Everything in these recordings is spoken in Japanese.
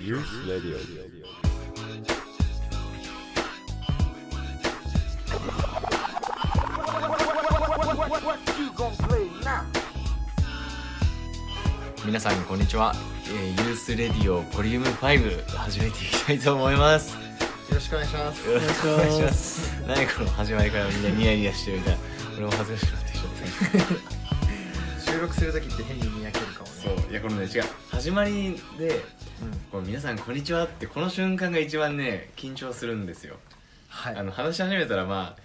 Youth Radio. 皆さんこんにちは、えー、ユースレディオボリューム5始めていきたいと思いますよろしくお願いします。よろしくお願いします何この始まりからみんなニヤニヤしてるみたいな俺も恥ずかしくなってきちゃっ収録するときって変に見分けるかもね。たそういやこのね違う始まりでうん。こう皆さんこんにちはってこの瞬間が一番ね緊張するんですよはい。あの話し始めたらま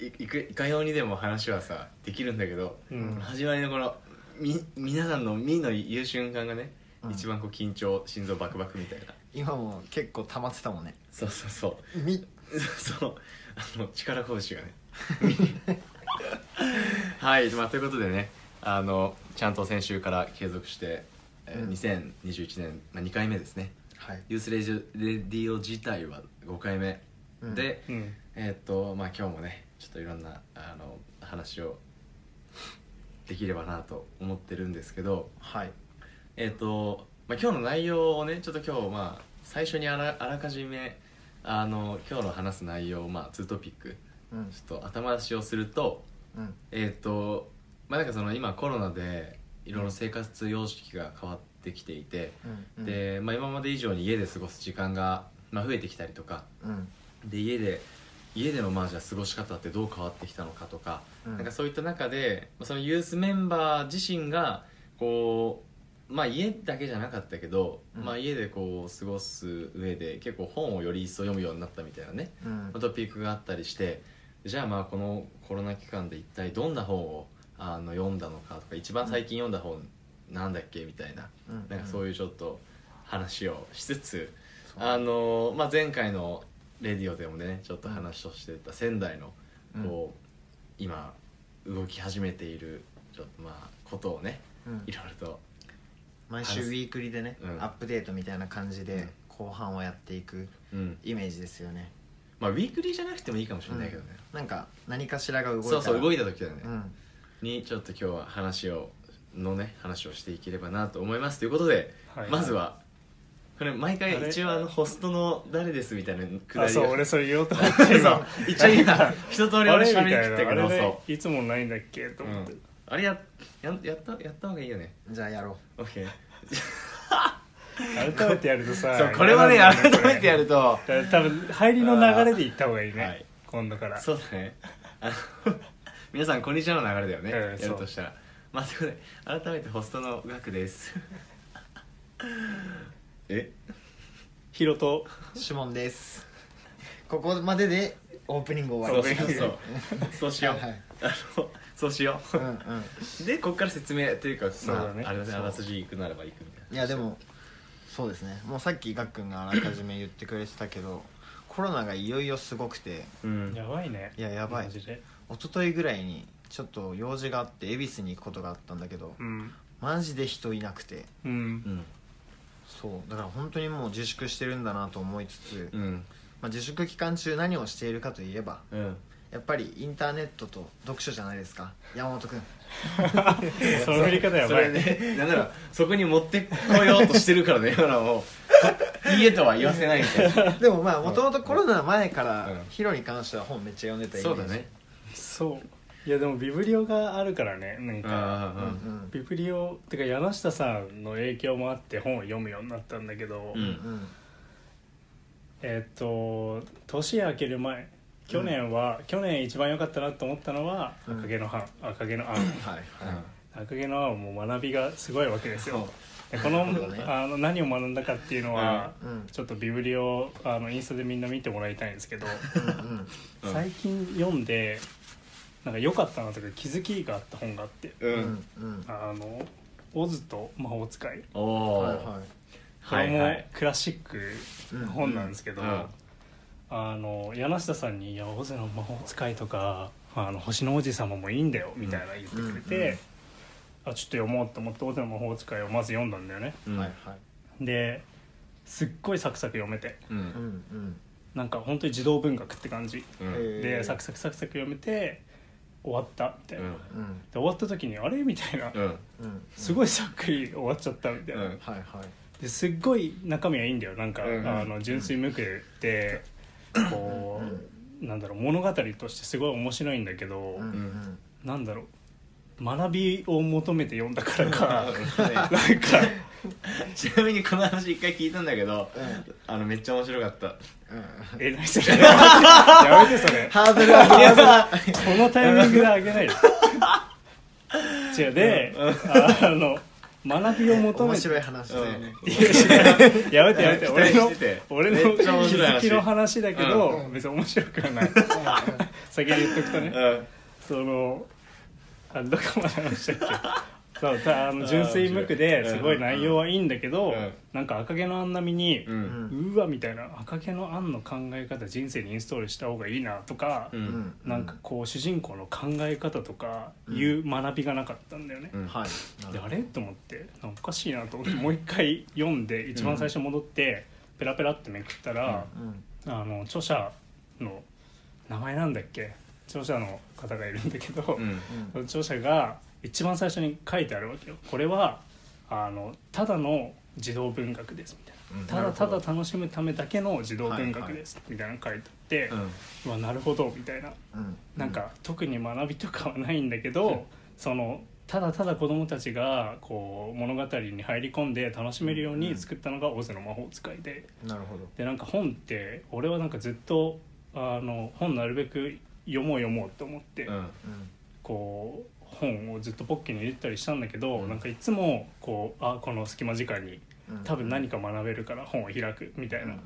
あいいくいかようにでも話はさできるんだけど、うん始まりのこのみ皆さんの「み」の言う瞬間がね、うん一番こう緊張心臓バクバクみたいな今も結構溜まってたもんね。そうそうそうみ、そうあの力 拳がねはい、まあ、ということでねあのちゃんと先週から継続して、えーうん2021年、まあ、2回目ですねはい。ユースレジオレディオ自体は5回目、うんで、うんえーっとまあ今日もねちょっといろんなあの話をできればなと思ってるんですけどはい。えーっと、まあ、今日の内容をねちょっと今日まあ最初にあらあらかじめあの今日の話す内容をまあ2トピックうん。ちょっと頭出しをするとうん。えーっとまあなんかその今コロナでいろいろ生活様式が変わってきていて、うん。、で、まあ、今まで以上に家で過ごす時間が、まあ、増えてきたりとかうん。で家で家でのまあじゃあ過ごし方ってどう変わってきたのかとか、うんなんかそういった中でまあそのユースメンバー自身がこうまあ家だけじゃなかったけど、うんまあ家でこう過ごす上で結構本をより一層読むようになったみたいなね、うん。トピックがあったりしてじゃあまあこのコロナ期間で一体どんな本をあの読んだのかとか一番最近読んだ本なんだっけみたいなうんなんかそういう。いうちょっと話をしつつ、そうあのまあ、前回のレディオでもねちょっと話をしてた仙台のうんこう、今動き始めているちょっとまあことをねうんいろいろと毎週ウィークリーでねう、んアップデートみたいな感じうでん後半をやっていくうんイメージですよね。まあウィークリーじゃなくてもいいかもしれないけどね、なんか何かしらが動いたそうそう動いた。た時だよね、うん。にちょっと今日は話をのね話をしていければなと思いますということで、はいまずはこれ毎あ回れ一応あのホストの誰ですみたいなくだありそう俺そそれ言おうと思ってう今 一応今なんか一通ありれ俺み喋たいりな切ったけどあれそういつもないんだっけと思って、うんあれややんやったやった方がいいよねじゃあやろ OK 改めてやるとさそうこれはね嫌なんだよ改めてやるとこれだから多分入りの流れでいった方がいいね、あーはい今度からそうだね あの皆さんこんにちはの流れだよね、うんやるとしたらまあということで改めてホストのガクですえヒロとう。指紋です。ここまででオープニング終そわうり。しようそうそうしよう、はいはいあのそうしようんうん。うでこっから説明というかそうだねまあ、あれだねそうあらすじ行くならば行くみたいないいやでもそうですねもうさっきがっくんがあらかじめ言ってくれてたけどコロナがいよいよすごくてうんやばいねいややばいマジで一昨日ぐらいにちょっと用事があって恵比寿に行くことがあったんだけどうんマジで人いなくてううん んそうだから本当にもう自粛してるんだなと思いつつ、うんまあ、自粛期間中何をしているかといえばうんやっぱりインターネットと読書じゃないですか山本君その振り方やそばれいねねなんならそこに持ってこようとしてるからねほらもう家とは言わせないみたいなでもまあもともとコロナ前かうんらヒロに関しては本めっちゃ読んでたイメージそうだねそういやでもビブリオがあるからねなんかうんうあんビブリオてか柳下さんの影響もあって本を読むようになったんだけど、あうんうんえっ、と年明ける前去年は、去年一番良かったなと思ったのは「うん赤毛の藩」赤毛の藩はいはい、赤毛の藩も学びがすごいわけですよでこの,、なるほどねあの何を学んだかっていうのは、うんうんちょっとビブリオあのインスタでみんな見てもらいたいんですけどうんうんうん最近読んでなんか良かったなとか気づきがあった本があってうん、う、うんんうんあのオズと魔法使いおおはいはこれはもいはいクラシックの本なんですけど、うんうんあの柳下さんに「いやオズの魔法使い」とか「あの星の王子様もいいんだよ」みたいな言ってくれて、うんうんあちょっと読もうと思って「オズの魔法使い」をまず読んだんだよねうんいはいはいですっごいサクサク読めてううんんうんなんか本当に児童文学って感じうんえーでサクサクサクサク読めて終わったみたいな、うんでうん終わった時に「あれ?」みたいな、うん うんすごいさっくり終わっちゃったみたいな、うんはいはいですっごい中身はいいんだよなんか、うんあの純粋無垢でこうなんだろう物語としてすごい面白いんだけど、うんうんなんだろう学びを求めて読んだからかねなんかちなみにこの話一回聞いたんだけどうんあのめっちゃ面白かったうんえ何それやめてそれハードルはハードルはこのタイミングで上げないで違うで、あの学びを求面めて白い話だよねいややめてやめて期俺待のしてて俺のめっちゃ面気白いづ話きの話だけど、うん別に面白くはない先に言っとくとね、うんそのあどこまで話したっけそうたあの純粋無垢あー面で白いすごい内容はいいんだけど、うんなんか赤毛のアン並みに、ううんんわみたいな赤毛のアンの考え方人生にインストールした方がいいなとか、うんうんなんかこう主人公の考え方とかいう学びがなかったんだよね、うんはいであれと思ってなんかおかしいなと思ってもう一回読んで一番最初戻ってペラペラってめくったら、うんあの著者の名前なんだっけ著者の方がいるんだけど、うんうんその著者が一番最初に書いてあるわけよこれはあのただの児童文学ですみたいな。うんたなるだほたどだ楽しむためだけの児童文学ですみたいなの書いてあって、うわなるほどみたいなうんなんか特に学びとかはないんだけど、そのただただ子供たちがこう物語に入り込んで楽しめるように作ったのが「オズの魔法使いで」なるほどでなんか本って俺はなんかずっとあの本なるべく読もう読もうって思って、うんうんこう本をずっとポッケに入れてたりしたんだけど、うんなんかいつもこうあこの隙間時間にうん多分何か学べるから本を開くみたいな、うっん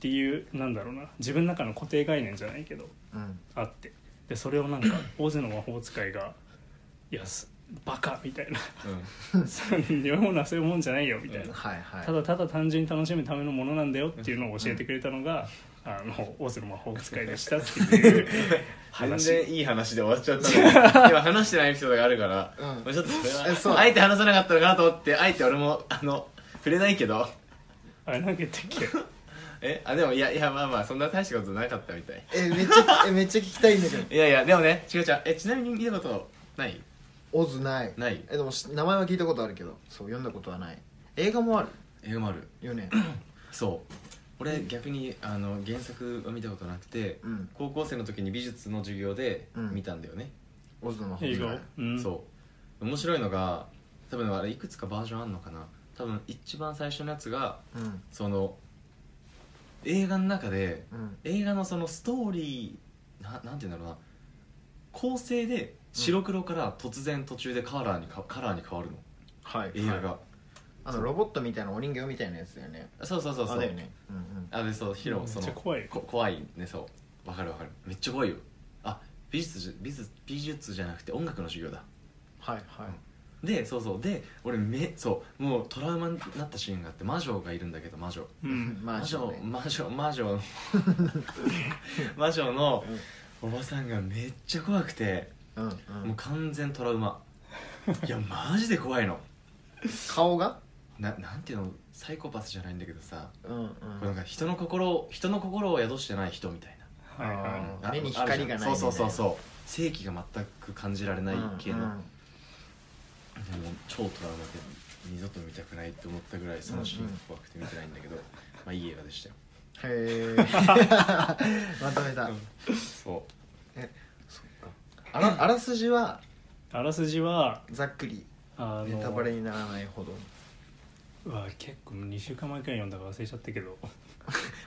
ていうなんだろうな自分の中の固定概念じゃないけどうんあってでそれを なんか「大勢の魔法使いが」いやすバカ」み たいな「そういうものはそういうもんじゃないよ」みたいうんな、はいはいただただ単純に楽しむためのものなんだよっていうのを教えてくれたのが「あのオズの魔法使いでした」っていう 全話然いい話で終わっちゃったの今話してないエピソードがあるから、うんもうちょっとそれえそうはあえて話さなかったのかなと思ってあえて俺もあの触れないけどあれ何て言ったっけえあでもいやいやまあまあそんな大したことなかったみたいえめっちゃえめっちゃ聞きたいんだけどいやいやでもねちかちゃんえちなみに見たことないオズないないえでもし名前は聞いたことあるけどそう読んだことはない映画もある映画もあるよねそう俺逆にあの原作は見たことなくて、うん高校生の時に美術の授業でうん見たんだよね、オズの英語本、うん、そう面白いのが多分あれいくつかバージョンあんのかな多分一番最初のやつがうんその映画の中でうん映画のそのストーリーななんて言うんだろうな構成で白黒から突然途中でカラーにかカラーに変わるのはい映画が、あのロボットみたいなお人形みたいなやつだよねそうそうそうそうあだよねうんうんあでそうヒロもそめっのちゃ怖いこ怖いねそうわかるわかるめっちゃ怖いよあ美術じゃ美術美術じゃなくて音楽の授業だはいはいでそうそうで俺めそうもうトラウマになったシーンがあって魔女がいるんだけど魔女うん、まあ魔ちょっ女とね魔女魔女 魔女のおばさんがめっちゃ怖くてうんうんもう完全トラウマいやマジで怖いの顔がななんていうのサイコパスじゃないんだけどさうんうんこれなんか人の心を人の心を宿してない人みたいなはいはああ目に光がないあるじゃんみたいなそうそうそうそう正気が全く感じられない系の、うんうでんも超トラウマで二度と見たくないって思ったぐらいそのシーンが怖くて見てないんだけど、まあいい映画でしたよへえ まとめたそあらあらすじはいあらすじはざっくりあのネタバレにならないほどうわ結構2週間前くらい読んだから忘れちゃったけど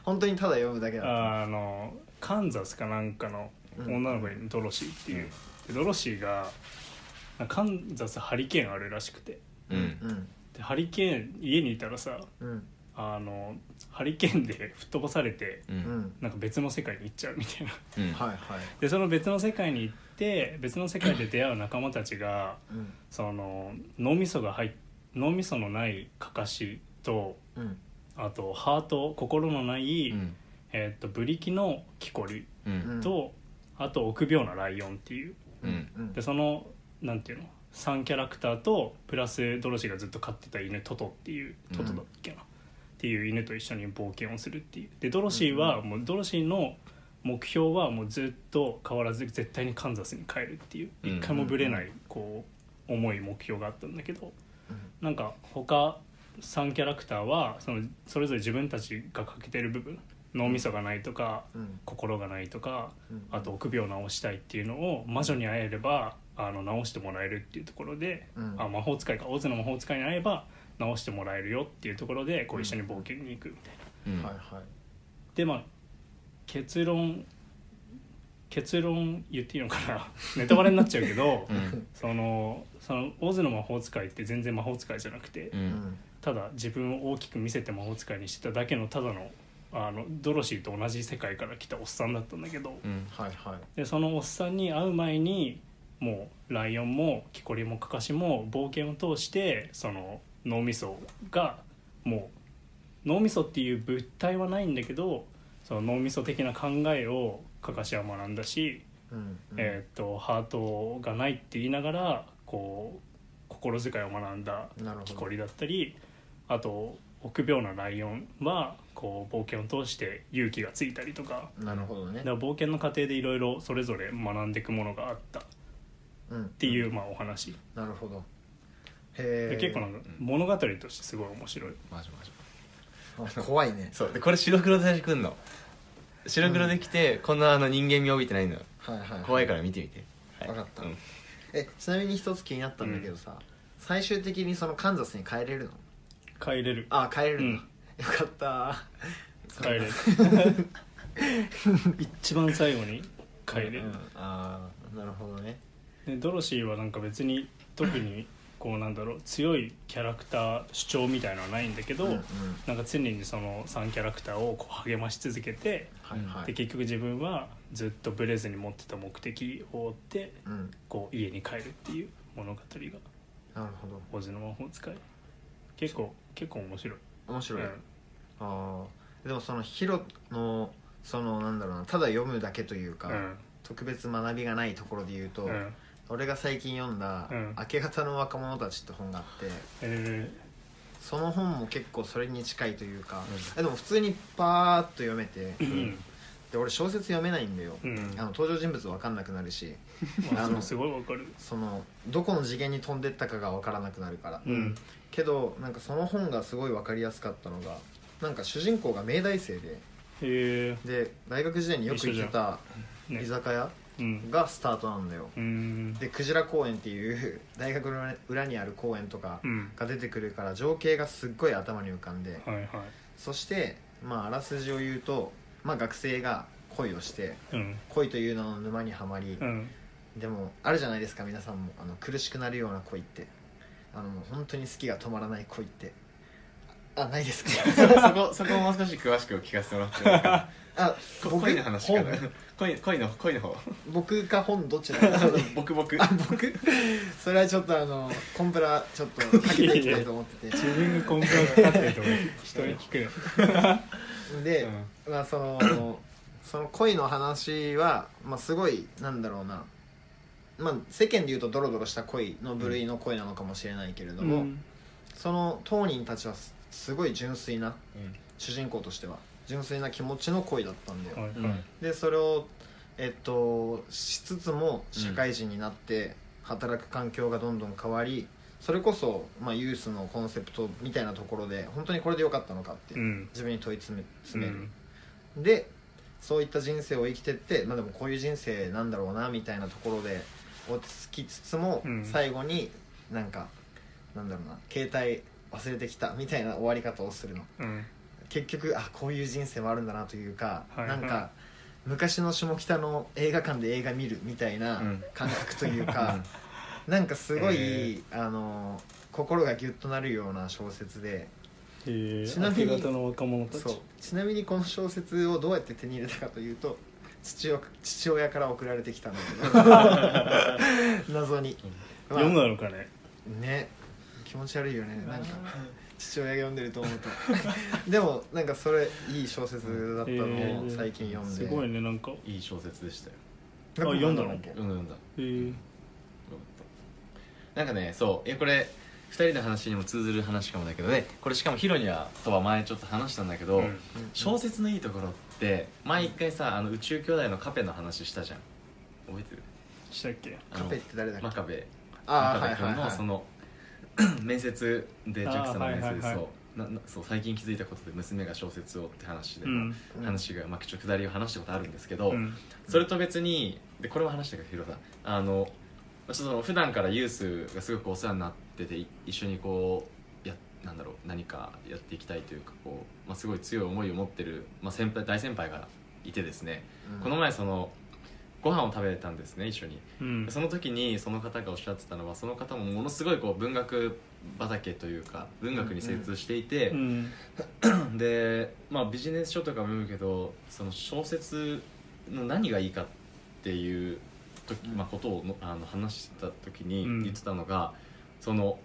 本当にただ読むだけだっあのカンザスかなんかのうん女の子にドロシーっていう、でドロシーがなんかカンザスハリケーンあるらしくてううんたうんでハリケーン家にいたらさうんあのハリケーンで 吹っ飛ばされてううんんなんか別の世界に行っちゃうみたいなうんはいはいでその別の世界に行って別の世界で出会う仲間たちがうんその脳みそが入っ脳みそのないかかしとうんあとハート心のない、うんえーっとブリキの木こりううんんと、あと臆病なライオンっていううんうんでそのなんていうの3キャラクターとプラスドロシーがずっと飼ってた犬トトっていうトトだっけな、っていう犬と一緒に冒険をするっていうでドロシーはもうドロシーの目標はもうずっと変わらず絶対にカンザスに帰るっていううん一回もぶれないこう重い目標があったんだけどうんなんか他3キャラクターはそのそれぞれ自分たちが欠けてる部分脳みそがないとか、うん心がないとか、うんあと臆病を治したいっていうのを魔女に会えればあの治してもらえるっていうところで、うんあ魔法使いか大津の魔法使いに会えば治してもらえるよっていうところでこう一緒に冒険に行くみたいな。うんはいはいでまあ結論結論言っていいのかな ネタバレになっちゃうけど、うんそのそのオズの魔法使いって全然魔法使いじゃなくて、ううんんただ自分を大きく見せて魔法使いにしてただけのただのあのドロシーと同じ世界から来たおっさんだったんだけど、うんはいはいでそのおっさんに会う前にもうライオンもキコリもカカシも冒険を通してその脳みそがもう脳みそっていう物体はないんだけどその脳みそ的な考えをカカシは学んだし、うんうんえーっとハートがないって言いながらこう心遣いを学んだなるほど木こりだったりあと臆病なライオンはこう冒険を通して勇気がついたりとか。なるほどねだから冒険の過程でいろいろそれぞれ学んでいくものがあったっっていうまあお話、なるほどへでえ結構なんか物語としてすごい面白いマジマジあ怖いねそうでこれ白黒で最初来んの白黒で来て、こんなあの人間味を帯びてないのよはいはい怖いかから見てみて、はい、わかったうんえちなみに一つ気になったんだけどさ、最終的にそのカンザスに帰れるの帰れるあ帰れるんだ、よかった帰れる 一番最後に帰れる、うんああなるほどねでドロシーはなんか別に特にこうなんだろう強いキャラクター主張みたいのはないんだけど、うんうんなんか常にその3キャラクターをこう励まし続けてはいはでい結局自分はずっとブレずに持ってた目的を追ってうんこう家に帰るっていう物語がなるほど「オズの魔法使い」結構結構面白い面白い、うんああでもそのヒロのそのなんだろうなただ読むだけというか、うん特別学びがないところで言うと、うん俺が最近読んだうん明け方の若者たち」って本があってえその本も結構それに近いというか、えでも普通にパーッと読めて、ーうんで俺小説読めないんだよ、うんあの登場人物分かんなくなるしまああそのれすごいわかるそのどこの次元に飛んでったかが分からなくなるから、うんけどなんかその本がすごい分かりやすかったのがなんか主人公が明大生でへで大学時代によく行ってたえね居酒屋うんがスタートなんだよ、うんでクジラ公園っていう 大学の裏にある公園とかうんが出てくるから情景がすっごい頭に浮かんで、はいはそして、まあ、あらすじを言うと、まあ、学生が恋をしていうん恋という名の沼にはまり、うんでもあるじゃないですか皆さんもあの苦しくなるような恋ってあの本当に好きが止まらない恋ってあないですか そこそこもう少し詳しく聞かせてもらってもいいかなあこ 恋の話かな本恋恋の恋の方僕か本どっちだ ろう僕僕あ 僕それはちょっとあのコンプラちょっとかけていきたいと思ってて自分が根拠がかかってると思う人に聞くで、うんまあそのその恋の話は、まあ、すごいなんだろうな、まあ、世間で言うとドロドロした恋の部類の恋なのかもしれないけれども、うんその当人たちはすすごい純粋なうん主人公としては純粋な気持ちの恋だったんだよ、はいうんはいでそれをえっとしつつも社会人になって働く環境がどんどん変わりそれこそ、まあ、ユースのコンセプトみたいなところで本当にこれで良かったのかって、うん自分に問い詰めう詰める、んでそういった人生を生きてって、まあ、でもこういう人生なんだろうなみたいなところで落ち着きつつも、うん最後になんかなんだろうな携帯忘れてきたみたいな終わり方をするのうん結局あこういう人生もあるんだなというか、はいなんか昔の下北の映画館で映画見るみたいなうん感覚というか、なんかすごい、えあの心がギュッとなるような小説でへえちなみに明け方の若者たちそうちなみにこの小説をどうやって手に入れたかというと父親父親から送られてきたんだ けど謎に、まあ読むだろうかねね気持ち悪いよねなんか父親が読んでると 思うとでもなんかそれいい小説だったのを最近読んで、すごいねねなんかいい小説でしたよあ読んだの読んだ読んだへえなんかねそういやこれ2人の話にも通ずる話かもだけどねこれしかもヒロニアとは前ちょっと話したんだけど、うん小説のいいところって前一回さあの宇宙兄弟のカペの話したじゃん覚えてるしたっけあカのペって誰だっけ真壁ああ真はい壁はい君のは そいの面接であー JAXA の面接ではいはいはいそうななそう最近気づいたことで娘が小説をって話で、うん話が、まあ、ちょっと下りを話したことあるんですけど、うんそれと別にでこれも話したけどヒロさんあのまあちょっとその普段からユースがすごくお世話になっててい一緒にこうやなんだろう何かやっていきたいというかこう、まあ、すごい強い思いを持ってる、まあ、先輩大先輩がいてですね、この前そのご飯を食べたんですね一緒にうんその時にその方がおっしゃってたのはその方もものすごいこう文学畑というか文学に精通していて、うんでまあビジネス書とかも読むけどその小説の何がいいかっていう時、うんまあ、ことをのあの話してた時にうん言ってたのが、その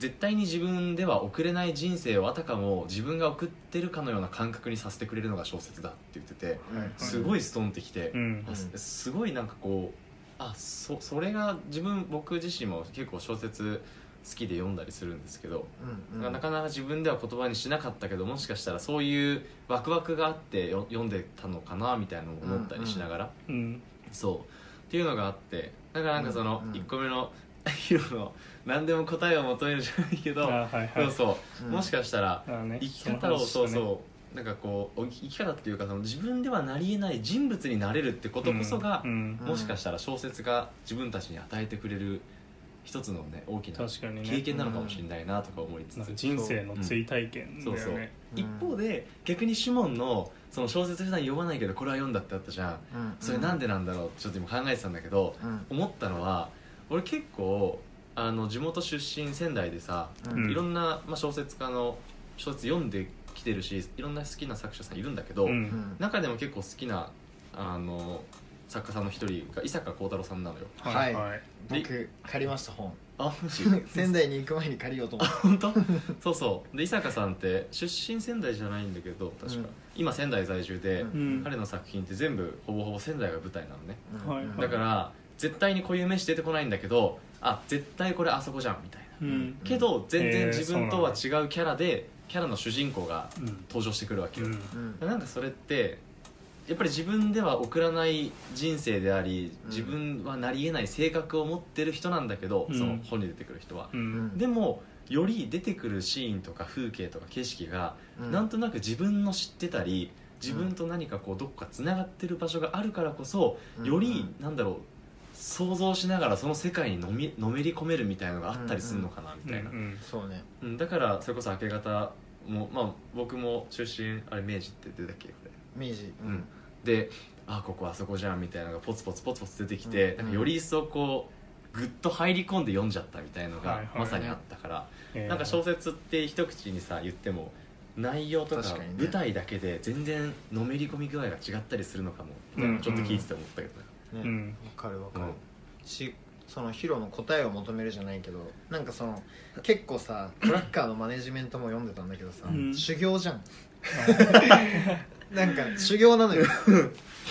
絶対に自分では送れない人生をあたかも自分が送ってるかのような感覚にさせてくれるのが小説だって言っててすごいストンってきて、うんあすすごいなんかこうあそそれが自分僕自身も結構小説好きで読んだりするんですけどなかなか自分では言葉にしなかったけどもしかしたらそういうワクワクがあってよ読んでたのかなみたいなのを思ったりしながら、うんそうっていうのがあってだからなんかそのうんうん1個目のヒロの何でも答えを求めるじゃないけあど、ーはいそうはそう、うんもしかしたらいあーね生き方をそそうの話したねそうなんかこうお生き方っていうかその自分ではなり得ない人物になれるってことこそがう、んうんもしかしたら小説が自分たちに与えてくれる一つのね大きな確かにね経験なのかもしれないなとか思いつなんかつ人生の追体験だそうそようね一方で逆にシモンのその小説普段読まないけどこれは読んだってあったじゃんそれなんでなんだろうってちょっと今考えてたんだけど思ったのは俺結構あの地元出身仙台でさうんいろんな、まあ、小説家の小説読んできてるしいろんな好きな作者さんいるんだけど、うん中でも結構好きなあの作家さんの一人が伊坂幸太郎さんなのよはいはいはい僕借りました本あマジ仙 台に行く前に借りようと思って本当そうそうで伊坂さんって出身仙台じゃないんだけど確か、うん今仙台在住で、うん彼の作品って全部ほぼほぼ仙台が舞台なのねはいだから絶対に固有名詞出てこないんだけどあ絶対これあそこじゃんみたいな、うんけど全へ然ー自分とは違うキャラでキャラの主人公がうん登場してくるわけよ、うんうんなんかそれってやっぱり自分では送らない人生でありうん自分はなり得ない性格を持ってる人なんだけど、うんその本に出てくる人は、うんでもより出てくるシーンとか風景とか景色が、なんとなく自分の知ってたり自分と何かこうどこかつながってる場所があるからこそ、よりなんだろう想像しながらその世界にのみのめり込めるみたいのがあったりするのかなみたいな、うんそうねうんだからそれこそ明け方もまあ僕も出身あれ明治って出たっけこれ明治うんであここあそこじゃんみたいなのがポツポツポツポツ出てきて、うんなんかより一層こうぐっと入り込んで読んじゃったみたいのはいがはいまさにあったから、えーなんか小説って一口にさ言っても内容とか確かにね舞台だけで全然のめり込み具合が違ったりするのかも、うんちょっと聞いてて思ったけど、ねわ、うんかるわかうる、んしそのヒロの答えを求めるじゃないけどなんかその結構さトラッカーのマネジメントも読んでたんだけどさ、うん修行じゃ んなんか修行なのよ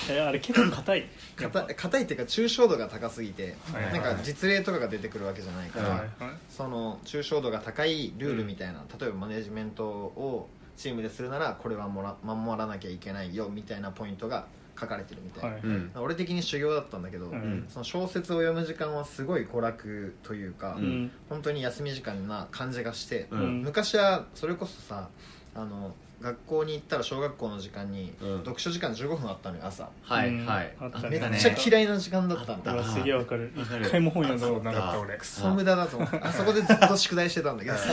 えーあれ結構硬いやっぱ硬い硬いっていうか抽象度が高すぎて、はいはいなんか実例とかが出てくるわけじゃないから、ははいはいその抽象度が高いルールみたいな、例えばマネジメントをチームでするならこれはもら守らなきゃいけないよみたいなポイントが書かれてるみたいな、はいうん俺的に修行だったんだけど、うんその小説を読む時間はすごい娯楽というか、うん本当に休み時間な感じがして、ううんん昔はそれこそさあの学校に行ったら小学校の時間に、うん読書時間15分あったのよ朝はいはい、うんあったねめっだちゃ嫌いな時間だったあのっうたわすげえわかるわかる一回も本読んだことなかっあたそう俺クソ無駄だと思ってあそこでずっと宿題してたんだけどさ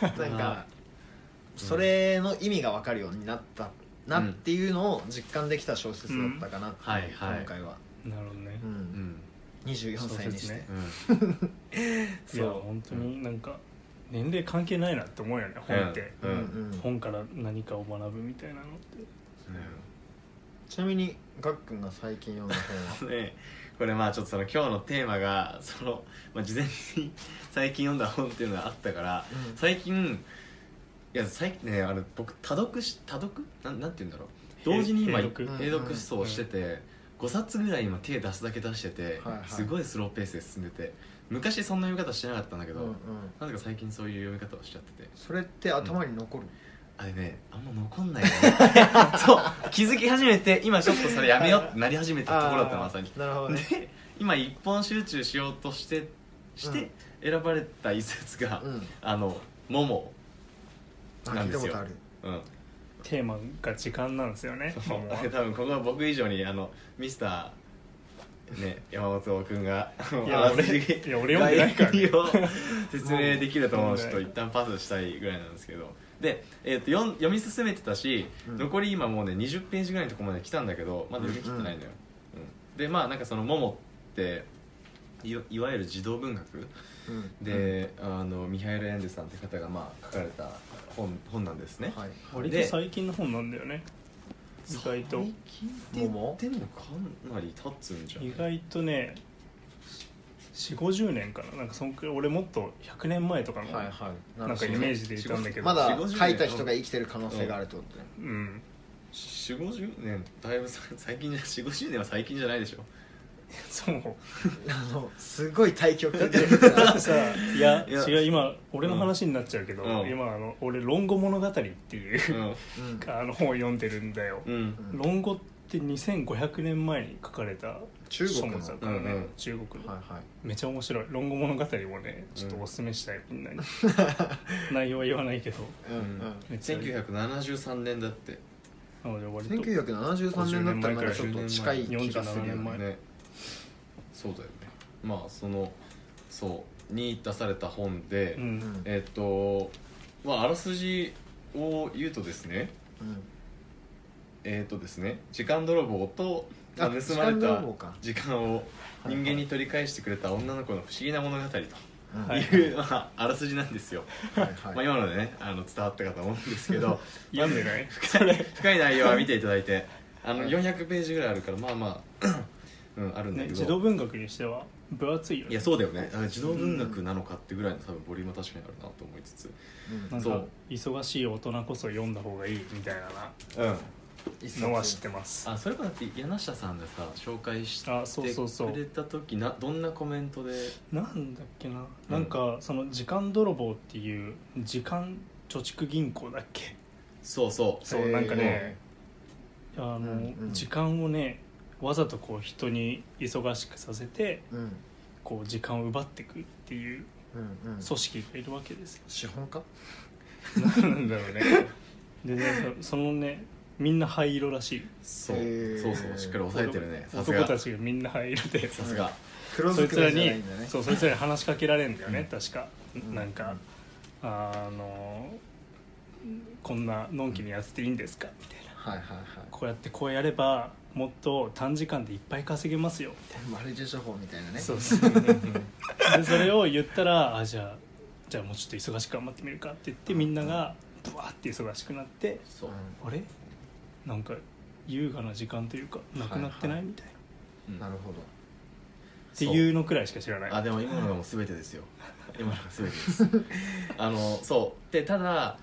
なんかそれの意味が分かるようになったなっていうのを実感できた小説だったかなっていう、うんはいはい今回は、なるほどねう、うんん24歳にし小説て、ねうんいや本当になんか年齢関係ないなって思うよね本ってうん本から何かを学ぶみたいなのってちなみにがっくんが最近読んだ本 はねこれまあちょっとその今日のテーマがその、まあ、事前に最近読んだ本っていうのがあったから、うん最近いや最近ねあの僕多読し多読なんなんて言うんだろう同時に今閉読英読思想をしてて、5冊ぐらい今手出すだけ出してて、はいはいすごいスローペースで進んでて昔そんな読み方してなかったんだけど、うんうんなぜか最近そういう読み方をしちゃっててそれって頭に残る、あれねあんま残んないの ね そう気づき始めて今ちょっとそれやめようってなり始めたところだったのまさになるほどねで今一本集中しようとしてして選ばれた一節が、うんあのモモあな聞んいでたすこよとあるうんテーマが時間なんですよねそう多分ここは僕以上にあのミスターね山本君がいや俺私いや俺読んでないからね概要を説明できると思うのでちょっと一旦パスしたいぐらいなんですけどで、えー、と読ん読み進めてたし、うん残り今もうね20ページぐらいのとこまで来たんだけどまだ読み切ってないのよ、うんでまあなんかその「モモっていわいわゆる児童文学うんで、あのミハイル・エンデさんって方がまあ書かれた本本なんですね、はい割と最近の本なんだよね意外と最近って言ってもかなり経つんじゃない意外とね4 5 0年かななんかそんくらい俺もっと100年前とかの、はいはいなんかイメージでいたんだけどまだ40書いた人が生きてる可能性があるってことねうん 4 5 0年だいぶさ最近じゃ4 5 0年は最近じゃないでしょそう あのすごい対局だって だってさいやいや違う今俺の話になっちゃうけど、うん今あの俺「論語物語」っていう、 うんあの本を読んでるんだよ、うん、うん、うん論語って2500年前に書かれた中書国物のだからね、うんうん中国の、はいはいめちゃ面白い論語物語もねちょっとおすすめしたい、み んなに内容は言わないけどうんうんめっちゃいい1973年だってなので割と1973年だったらなんかちょっと近い気がす47るよね年前ねそうだよねまあそのそうに出された本で、ううんんえっ、とまああらすじを言うとですねうんえっ、とですね時間泥棒とまああ盗まれ時間た泥棒か時間をはいは人い間に取り返してくれた女の子の不思議な物語という、うんはいまあ、あらすじなんですよ、はいまはあ、い今のでねあの伝わったかと思うんですけど 読んでない深い深い内容は見ていただいてあのはい400ページぐらいあるからまあまあうんあるんだねけ児童ど、文学にしては分厚いよいねやそうだよねあ児童文学なのかってぐらいの多分ボリュームは確かにあるなと思いつつうんなんそかう忙しい大人こそ読んだ方がいいみたいなうん一冊のは知ってますあそれこそだって柳下さんがさ紹介してあそうそうそうくれた時などんなコメントでなんだっけな、うんなんかその時間泥棒っていう時間貯蓄銀行だっけそうそうそうなんかねあの、うんうん時間をねわざとこう人に忙しくさせてうんうんこう時間を奪っていくっていううんうん組織がいるわけですよ資本家なんだろうね でねそそのねみんな灰色らしいそう、へーそうそうしっかり抑えてるねさす男がたちがみんな灰色 でさすが黒そずいくつらめじゃにないんだねそうそいつらに話しかけられるんだよね、確か、んなんかあのこんなのんきにやってていいんですかみたいなはいはいはいこうやってこうやればもっと短時間でいっぱい稼げますよみたいマルチ処方みたいなな、ねそ うそうでそれを言ったらあじゃあじゃあもうちょっと忙しく頑張ってみるかって言ってみんながブワーって忙しくなってそうう、んあれなんか優雅な時間というかなくなってない、はいはいみたいなっうんなるほどていうのくらいしか知らないあでも今のがもう全てですよ今のが全てですあのそうでただ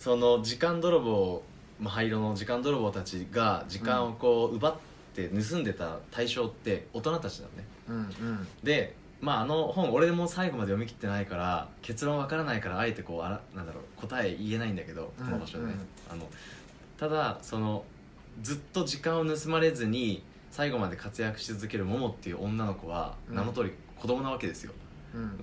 その時間泥棒、まあ、灰色の時間泥棒たちが時間をこう奪って盗んでた対象って大人たちなのねうんうんでまああの本俺も最後まで読み切ってないから結論わからないからあえてこうあらなんだろう答え言えないんだけどこの場所でね、あのただそのずっと時間を盗まれずに最後まで活躍し続けるモモっていう女の子はうん名の通り子供なわけですよ、うん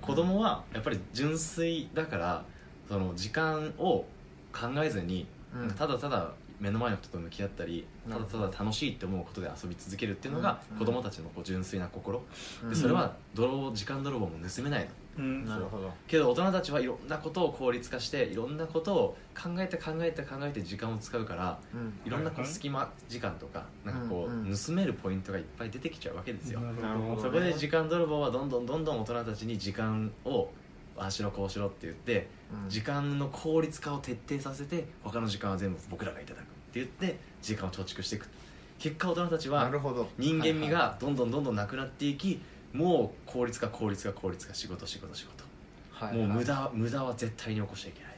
子供はやっぱり純粋だからその時間を考えずに、うんただただ目の前の人と向き合ったりただただ楽しいって思うことで遊び続けるっていうのがうん子供たちのこう純粋な心、うんでそれは泥棒時間泥棒も盗めないのうんなるほどけど大人たちはいろんなことを効率化していろんなことを考えて考えて考えて時間を使うからうんいろんなこうはいはい隙間時間とかなんかこうんうんう盗めるポイントがいっぱい出てきちゃうわけですよ、なるほどそこで時間泥棒はどんどんどんどん大人たちに時間をああしろこうしろって言ってうん時間の効率化を徹底させて他の時間は全部僕らがいただくって言って時間を貯蓄していく結果大人たちなはるほど人間味はがどんどんどんどんなくなっていきもう効率化効率化効率化仕事仕事仕事いはいもう無駄無駄は絶対に起こしちゃいけない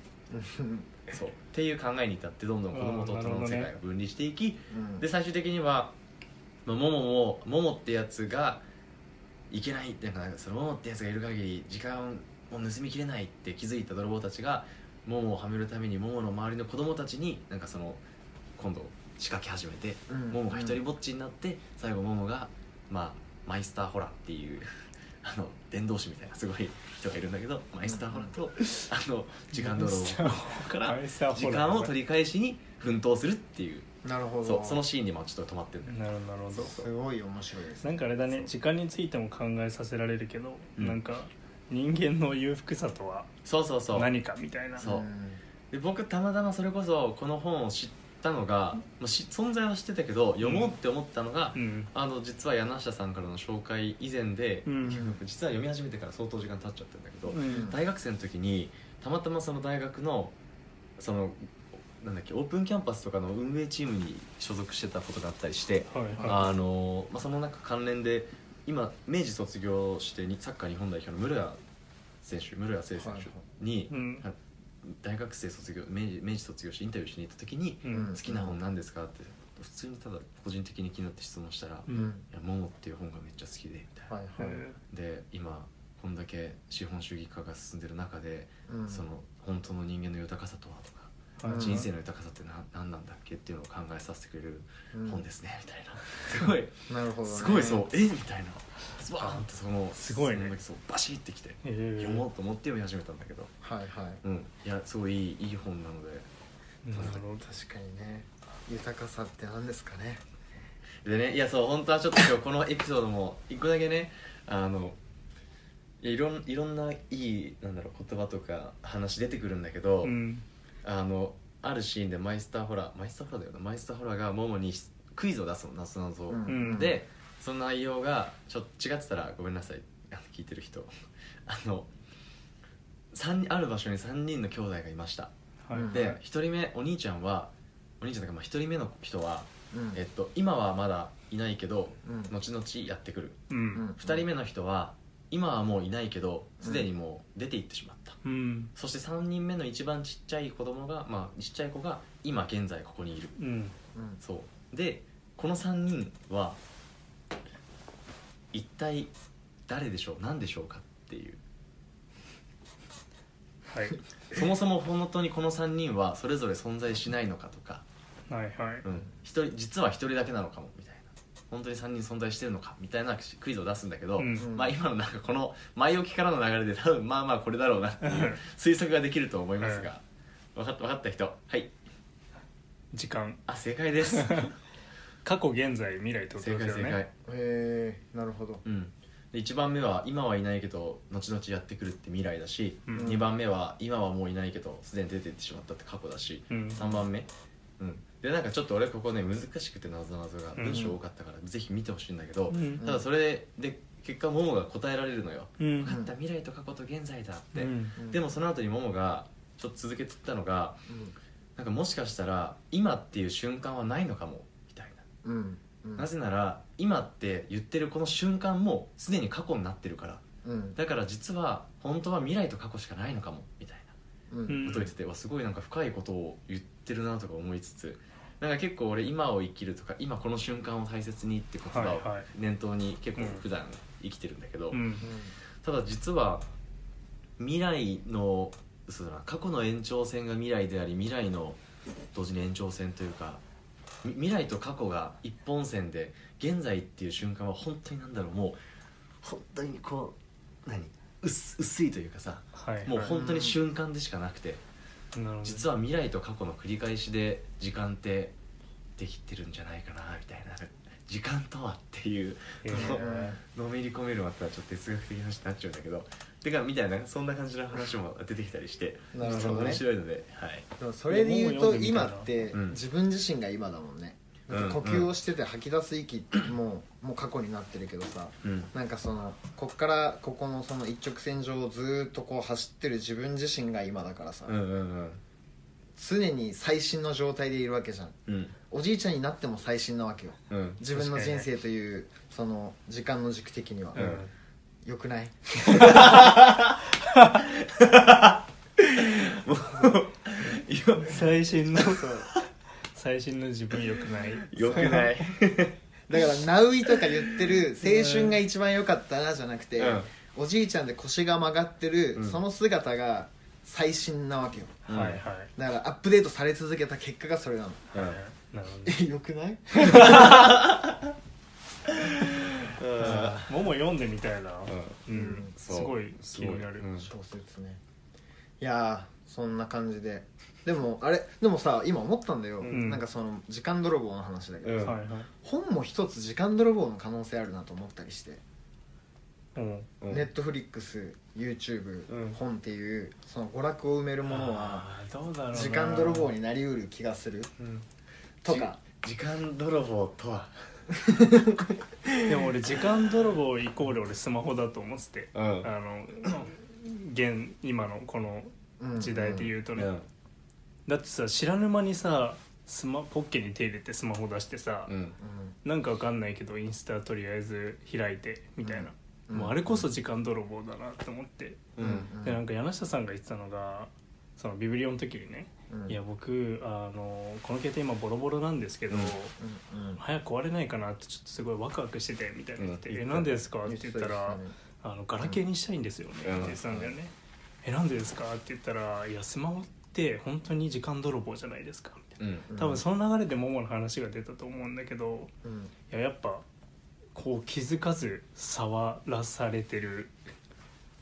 うんそうっていう考えに至ってどんどん子供と大人の世界を分離していき、うんで最終的には、まあ、モモもモモってやつがいけないってなんかなんかそのモモってやつがいる限り時間を盗みきれないって気づいた泥棒たちがモモをはめるためにモモの周りの子供たちになんかその今度仕掛け始めてうんモモが一人ぼっちになって最後モモがまあマイスターホラーっていう あの伝道師みたいなすごい人がいるんだけどマイスターホラーとあの時間泥棒から 時間を取り返しに奮闘するっていうなるほどそうそのシーンにもちょっと止まってるんだよねなるほどなるほどすごい面白いですなんねかあれだねそう時間についても考えさせられるけど、うんなんか人間の裕福さとはそうそうそう何かみたいなそうで僕たまたまそれこそこの本を知ったのが、まあ、し存在は知ってたけど読もうって思ったのが、うんあの実は柳下さんからの紹介以前で、うん実は読み始めてから相当時間経っちゃったんだけど、うん大学生の時にたまたまその大学のそのなんだっけオープンキャンパスとかの運営チームに所属してたことがあったりして、はいはあのまあ、その中関連で今明治卒業してにサッカー日本代表の室谷選手室谷聖選手にい、うんあ大学生卒業明治明治卒業してインタビューしに行った時に「う好んきな本なんですか?」って普通にただ個人的に気になって質問したら「ういんやモモっていう本がめっちゃ好きで」みたいな。はいはい、えで今こんだけ資本主義化が進んでる中で、うんその本当の人間の豊かさとはとか、ーうん人生の豊かさってな何なんだっけっていうのを考えさせてくれるうん本ですね、みたいな すごいなるほど、ね、すごいそうえみたいなスパーンってそのすごいねその時そうバシッてきてえー読もうと思って読み始めたんだけど、はいはいうん、いやすごいいいいい本なのでなるほ確かにね豊かさって何ですかねでねいやそう本当はちょっと今日このエピソードも一個だけねあのいやいろんいろんないいなんだろう言葉とか話出てくるんだけど、どうんあのあるシーンでマイスターホラーマイスターホラーだよなマイスターホラーがモモにクイズを出すのなぞなぞをんでその内容がちょっと違ってたらごめんなさいあの聞いてる人 あの三人ある場所に3人の兄弟がいましたはいうんで1人目お兄ちゃんはお兄ちゃんだからまあ1人目の人は、うんえっと、今はまだいないけどうん後々やってくるううんん2人目の人は今はもういないけどすでにもう出て行ってしまったうんそして3人目の一番ちっちゃい子供がまあちっちゃい子が今現在ここにいるうんうんそうでこの3人は一体誰でしょう何でしょうかっていうはいそもそも本当にこの3人はそれぞれ存在しないのかとか、はいはいうん、一人実は1人だけなのかもみたいな本当に3人存在してるのかみたいなクイズを出すんだけど、うんまあ今のなんかこの前置きからの流れで多分まあまあこれだろうなっていう推測ができると思いますが、分かった分かった人はい時間あ正解です 過去現在未来ってこと正で解す正よねへ解えなるほどうんで1番目は今はいないけど後々やってくるって未来だし、うん2番目は今はもういないけどすでに出てってしまったって過去だし、うん3番目うんでなんかちょっと俺ここね難しくてなぞなぞがうん文章多かったから、ぜひ見てほしいんだけど、うんただそれで結果ももが答えられるのよ、うん分かった未来と過去と現在だって、うんうんでもその後にももがちょっと続けてったのがうんなんかもしかしたら今っていう瞬間はないのかもみたいなうんうんなぜなら今って言ってるこの瞬間もすでに過去になってるからうんだから実は本当は未来と過去しかないのかもみたいうんうんなことを言ってて、わすごいなんか深いことを言ってるなとか思いつつなんか結構俺今を生きるとか今この瞬間を大切にって言葉をはいはい念頭に結構うん普段生きてるんだけど、うんただ実は未来のそうだな過去の延長線が未来であり未来の同時に延長線というかみ未来と過去が一本線で現在っていう瞬間は本当になんだろうもう本当にこう何薄薄いというかさはいはいもう本当に瞬間でしかなくてなるほど実は未来と過去の繰り返しで時間ってできてるんじゃないかなみたいな時間とはっていうへーのめり込めるまたちょっと哲学的な話になっちゃうんだけどてかみたいなそんな感じの話も出てきたりしてなるほどね面白いのではいでもそれで言うもとう読んでみた今いなってうん自分自身が今だもんねだって呼吸をしてて吐き出す息ってもうもう過去になってるけどさうんなんかそのこっからここのその一直線上をずーっとこう走ってる自分自身が今だからさ、うんうん常に最新の状態でいるわけじゃんうんうんおじいちゃんになっても最新なわけようん自分の人生というその時間の軸的には、ううんんよくない最新の最新の自分よくないよくないだから「ナウイ」とか言ってる青春が一番良かったなじゃなくて、うんおじいちゃんで腰が曲がってる、うんその姿が最新なわけようんはいはいだからアップデートされ続けた結果がそれなのうんなるほどねえよくないもも読んでみたいな、うんうんすごい気になる、うん小説ねいやーそんな感じででもあれでもさ今思ったんだよ、んなんかその時間泥棒の話だけど、うんはいはい本も一つ時間泥棒の可能性あるなと思ったりして、うんうんネットフリックス YouTube、うん本っていうその娯楽を埋めるものはあーどうだろうな時間泥棒になりうる気がするうんとか時間泥棒とはでも俺時間泥棒イコール俺スマホだと思ってて、うんあの現今のこの時代でう言うとね、うんだってさ知らぬ間にさスマポッケに手入れてスマホ出してさ、うんなんかわかんないけどインスタとりあえず開いてみたいな、うんもうあれこそ時間泥棒だなって思って、ううんんでなんか柳下さんが言ってたのがそのビブリオの時にね、うんいや僕あのこの携帯今ボロボロなんですけど、うんうんうん早く壊れないかなってちょっとすごいワクワクしててみたいな言って「うんえ何ですか?」っ言てって言ったたら言って「あのガラケーにしたいんですよね」ってうん言ってたんだよね「えなんでですか?」って言ったら「いやスマホって本当に時間泥棒じゃないですか」みたいなうんたね多分その流れでモモの話が出たと思うんだけどうんいややっぱこう気づかず触らされてる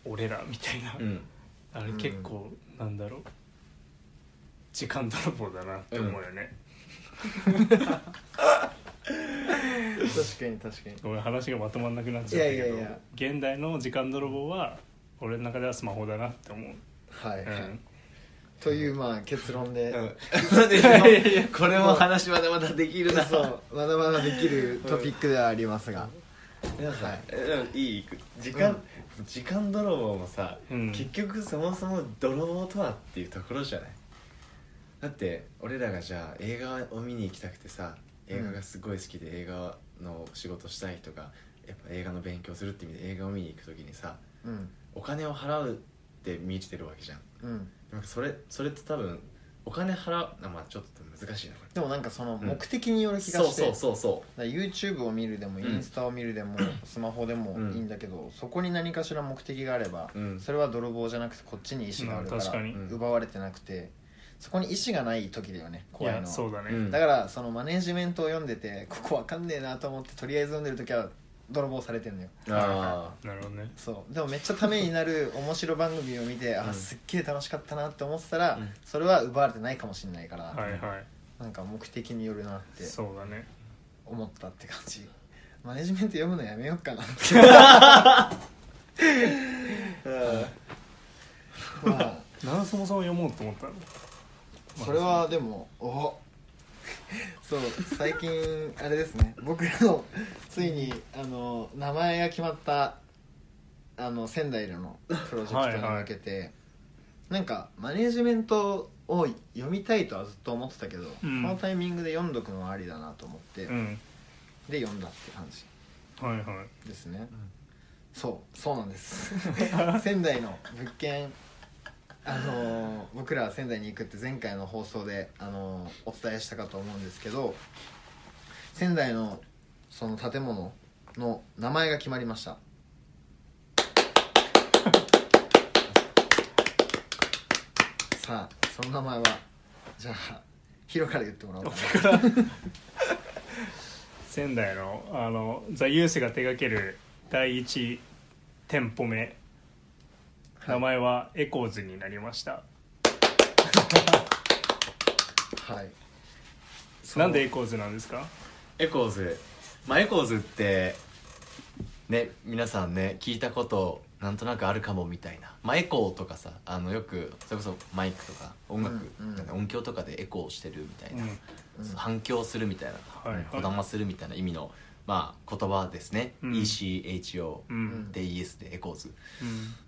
俺らみたいな、うんあれ結構なんだろう時間泥棒だなって思うよね、確かに確かにごめん話がまとまんなくなっちゃいったけどやいやいや現代の時間泥棒は俺の中ではスマホだなって思う、はいうはいんというまあ結論で、これも話まだまだできるなそうまだまだできるトピックではありますが、皆さん、はいえでもいい時間、時間泥棒もさ、うん結局そもそも泥棒とはっていうところじゃないだって俺らがじゃあ映画を見に行きたくてさ映画がすごい好きで映画の仕事したいとかやっぱ映画の勉強するって意味で映画を見に行く時にさうんお金を払うって見てるわけじゃんうん、なんかそれそれって多分お金払うあまあちょっと難しいなこれでもなんかその目的による気がそうして、そうそうそだから YouTube を見るでもインスタを見るで も、スマホでもいいんだけど、そこに何かしら目的があれば、うんそれは泥棒じゃなくてこっちに意思があるから、まあ確かに奪われてなくてそこに意思がない時だよねい怖いやのはそうだね、うんだからそのマネージメントを読んでてここわかんねえなと思ってとりあえず読んでる時は泥棒されてんのようああなるほどねそうでもめっちゃためになる面白番組を見て、うあんすっげえ楽しかったなって思ってたら、うんそれは奪われてないかもしれないから、はいはいなんか目的によるなってそうだね思ったって感じマネジメント読むのやめようかな まあなんでそもそも読もうと思ったのそれはでもおそう最近あれですね 僕のついにあの名前が決まったあの仙台でのプロジェクトに向けてなんかマネジメントを読みたいとはずっと思ってたけど、うんこのタイミングで読んどくのはありだなと思って、うんで読んだって感じはいはいですね、んそうそうなんです 仙台の物件あのー僕ら仙台に行くって前回の放送で、あのーお伝えしたかと思うんですけど仙台のその建物の名前が決まりま したさあその名前はじゃあヒロから言ってもらおうかな仙台のあのザ・ユースが手掛ける第一店舗目名前はエコーズになりました、はいなんでエコーズなんですかエコーズまあエコーズってね皆さんね聞いたことなんとなくあるかもみたいなまあエコーとかさあのよくそれこそマイクとか音楽、うんうんなんか音響とかでエコーしてるみたいな、うんそう反響するみたいなはいはいこだまするみたいな意味のまあ言葉ですね、うん ECHO うんで ES でエコーズ、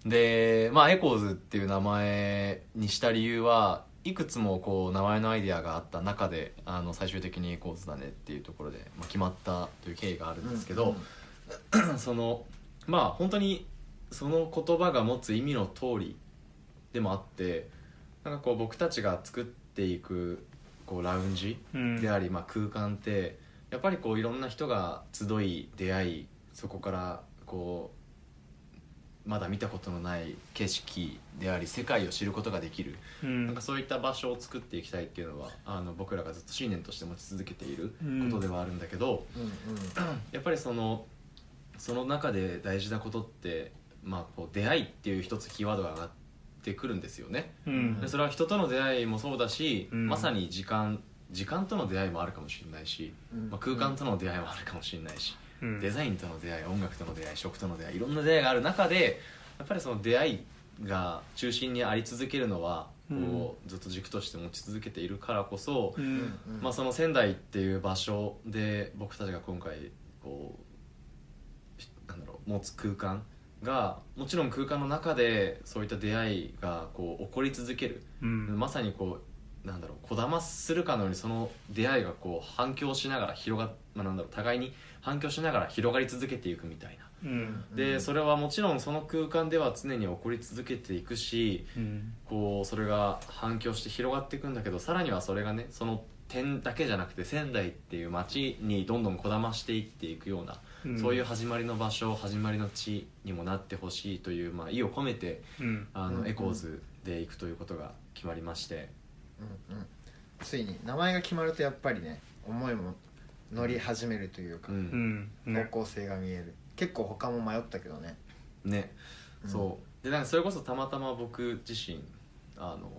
うんでまあエコーズっていう名前にした理由はいくつもこう名前のアイデアがあった中であの最終的にエコーズだねっていうところで、まあ、決まったという経緯があるんですけど、 そのまあ本当にその言葉が持つ意味の通りでもあってなんかこう僕たちが作っていくこうラウンジうんであり、まあ、空間ってやっぱりこういろんな人が集い出会いそこからこうまだ見たことのない景色であり世界を知ることができる、うんなんかそういった場所を作っていきたいっていうのはあの僕らがずっと信念として持ち続けていることではあるんだけど、うんうんやっぱりそのその中で大事なことって、まあ、こう出会いっていう一つキーワードが上がってくるんですよね、うんでそれは人との出会いもそうだし、うんまさに時間時間との出会いもあるかもしれないし、うんまあ、空間との出会いもあるかもしれないし、うんデザインとの出会い音楽との出会い食との出会いいろんな出会いがある中でやっぱりその出会いが中心にあり続けるのはこうずっと軸として持ち続けているからこそ、うんうんまあ、その仙台っていう場所で僕たちが今回こうしなんだろう持つ空間がもちろん空間の中でそういった出会いがこう起こり続ける、うんまさにこうなんだろうこだまするかのようにその出会いがこう反響しながら広が、まあ、なんだろう互いに反響しながら広がり続けていくみたいな。うんで、うんそれはもちろんその空間では常に起こり続けていくし、うんこうそれが反響して広がっていくんだけどさらにはそれがねその点だけじゃなくて仙台っていう街にどんどんこだましていっていくような、うんそういう始まりの場所始まりの地にもなってほしいという、まあ、意を込めてうんあうんうのんエコーズで行くということが決まりまして、うんうんついに名前が決まるとやっぱりね思いも乗り始めるというか、うんうん方ね向性が見える結構他も迷ったけどねね、うんそうでなんかそれこそたまたま僕自身あの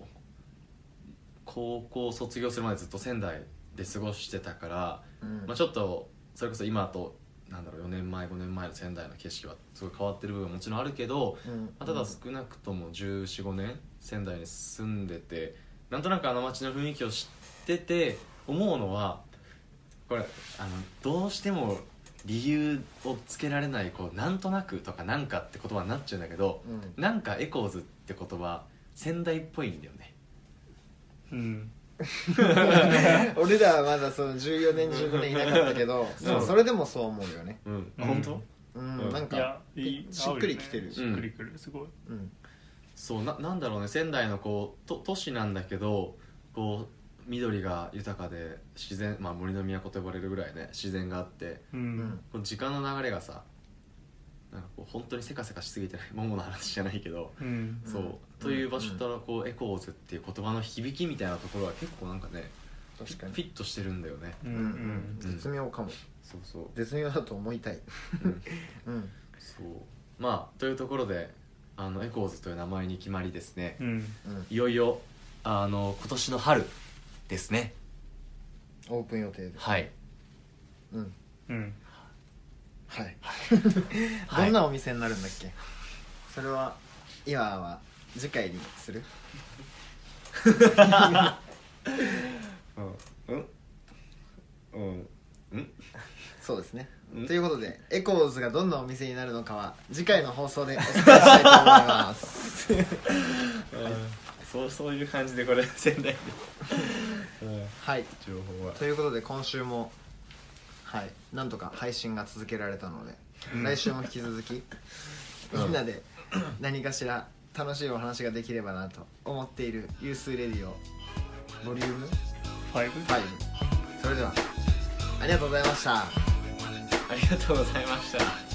高校卒業するまでずっと仙台で過ごしてたからうんまあ、ちょっとそれこそ今となんだろう4年前5年前の仙台の景色はすごい変わってる部分はもちろんあるけど、うんまあ、ただ少なくとも1415年仙台に住んでてなんとなくあの街の雰囲気を知ってて思うのはこれあのどうしても理由をつけられないこうなんとなくとかなんかって言葉になっちゃうんだけどうんなんかエコーズって言葉仙台っぽいんだよねうん 俺らはまだその14年15年いなかったけど、でもそれでもそう思うよね、うん、うん本当うんうんなんいやかいいしっくりきてる合うよねしっくりくるすごいうんそうななんだろうね仙台のこうと都市なんだけどこう緑が豊かで自然、まあ、森の都と呼ばれるぐらいね自然があってううんんこう時間の流れがさなんかこう本当にせかせかしす ぎてない桃の話じゃないけど、うんそううんという場所からこうエコーズっていう言葉の響きみたいなところは結構なんかね確かフィにットしてるんだよねううんんううんんうん絶妙かもそうそう絶妙だと思いたいうんうんそうまあというところであのエコーズという名前に決まりですねうんうんいよいよあの今年の春ですねオープン予定ですはいうんうんはいはどいんなお店になるんだっけそれは今は次回にするうんうんうんそうですねうんということでエコーズがどんなお店になるのかは次回の放送でお伝えしたいと思います そうそういう感じでこれ仙台ではい情報はということで今週もはいなんとか配信が続けられたので、うん来週も引き続き、うんみんなで何かしら楽しいお話ができればなと思っている「ユースレディオボリュームファイブ5それではありがとうございましたありがとうございました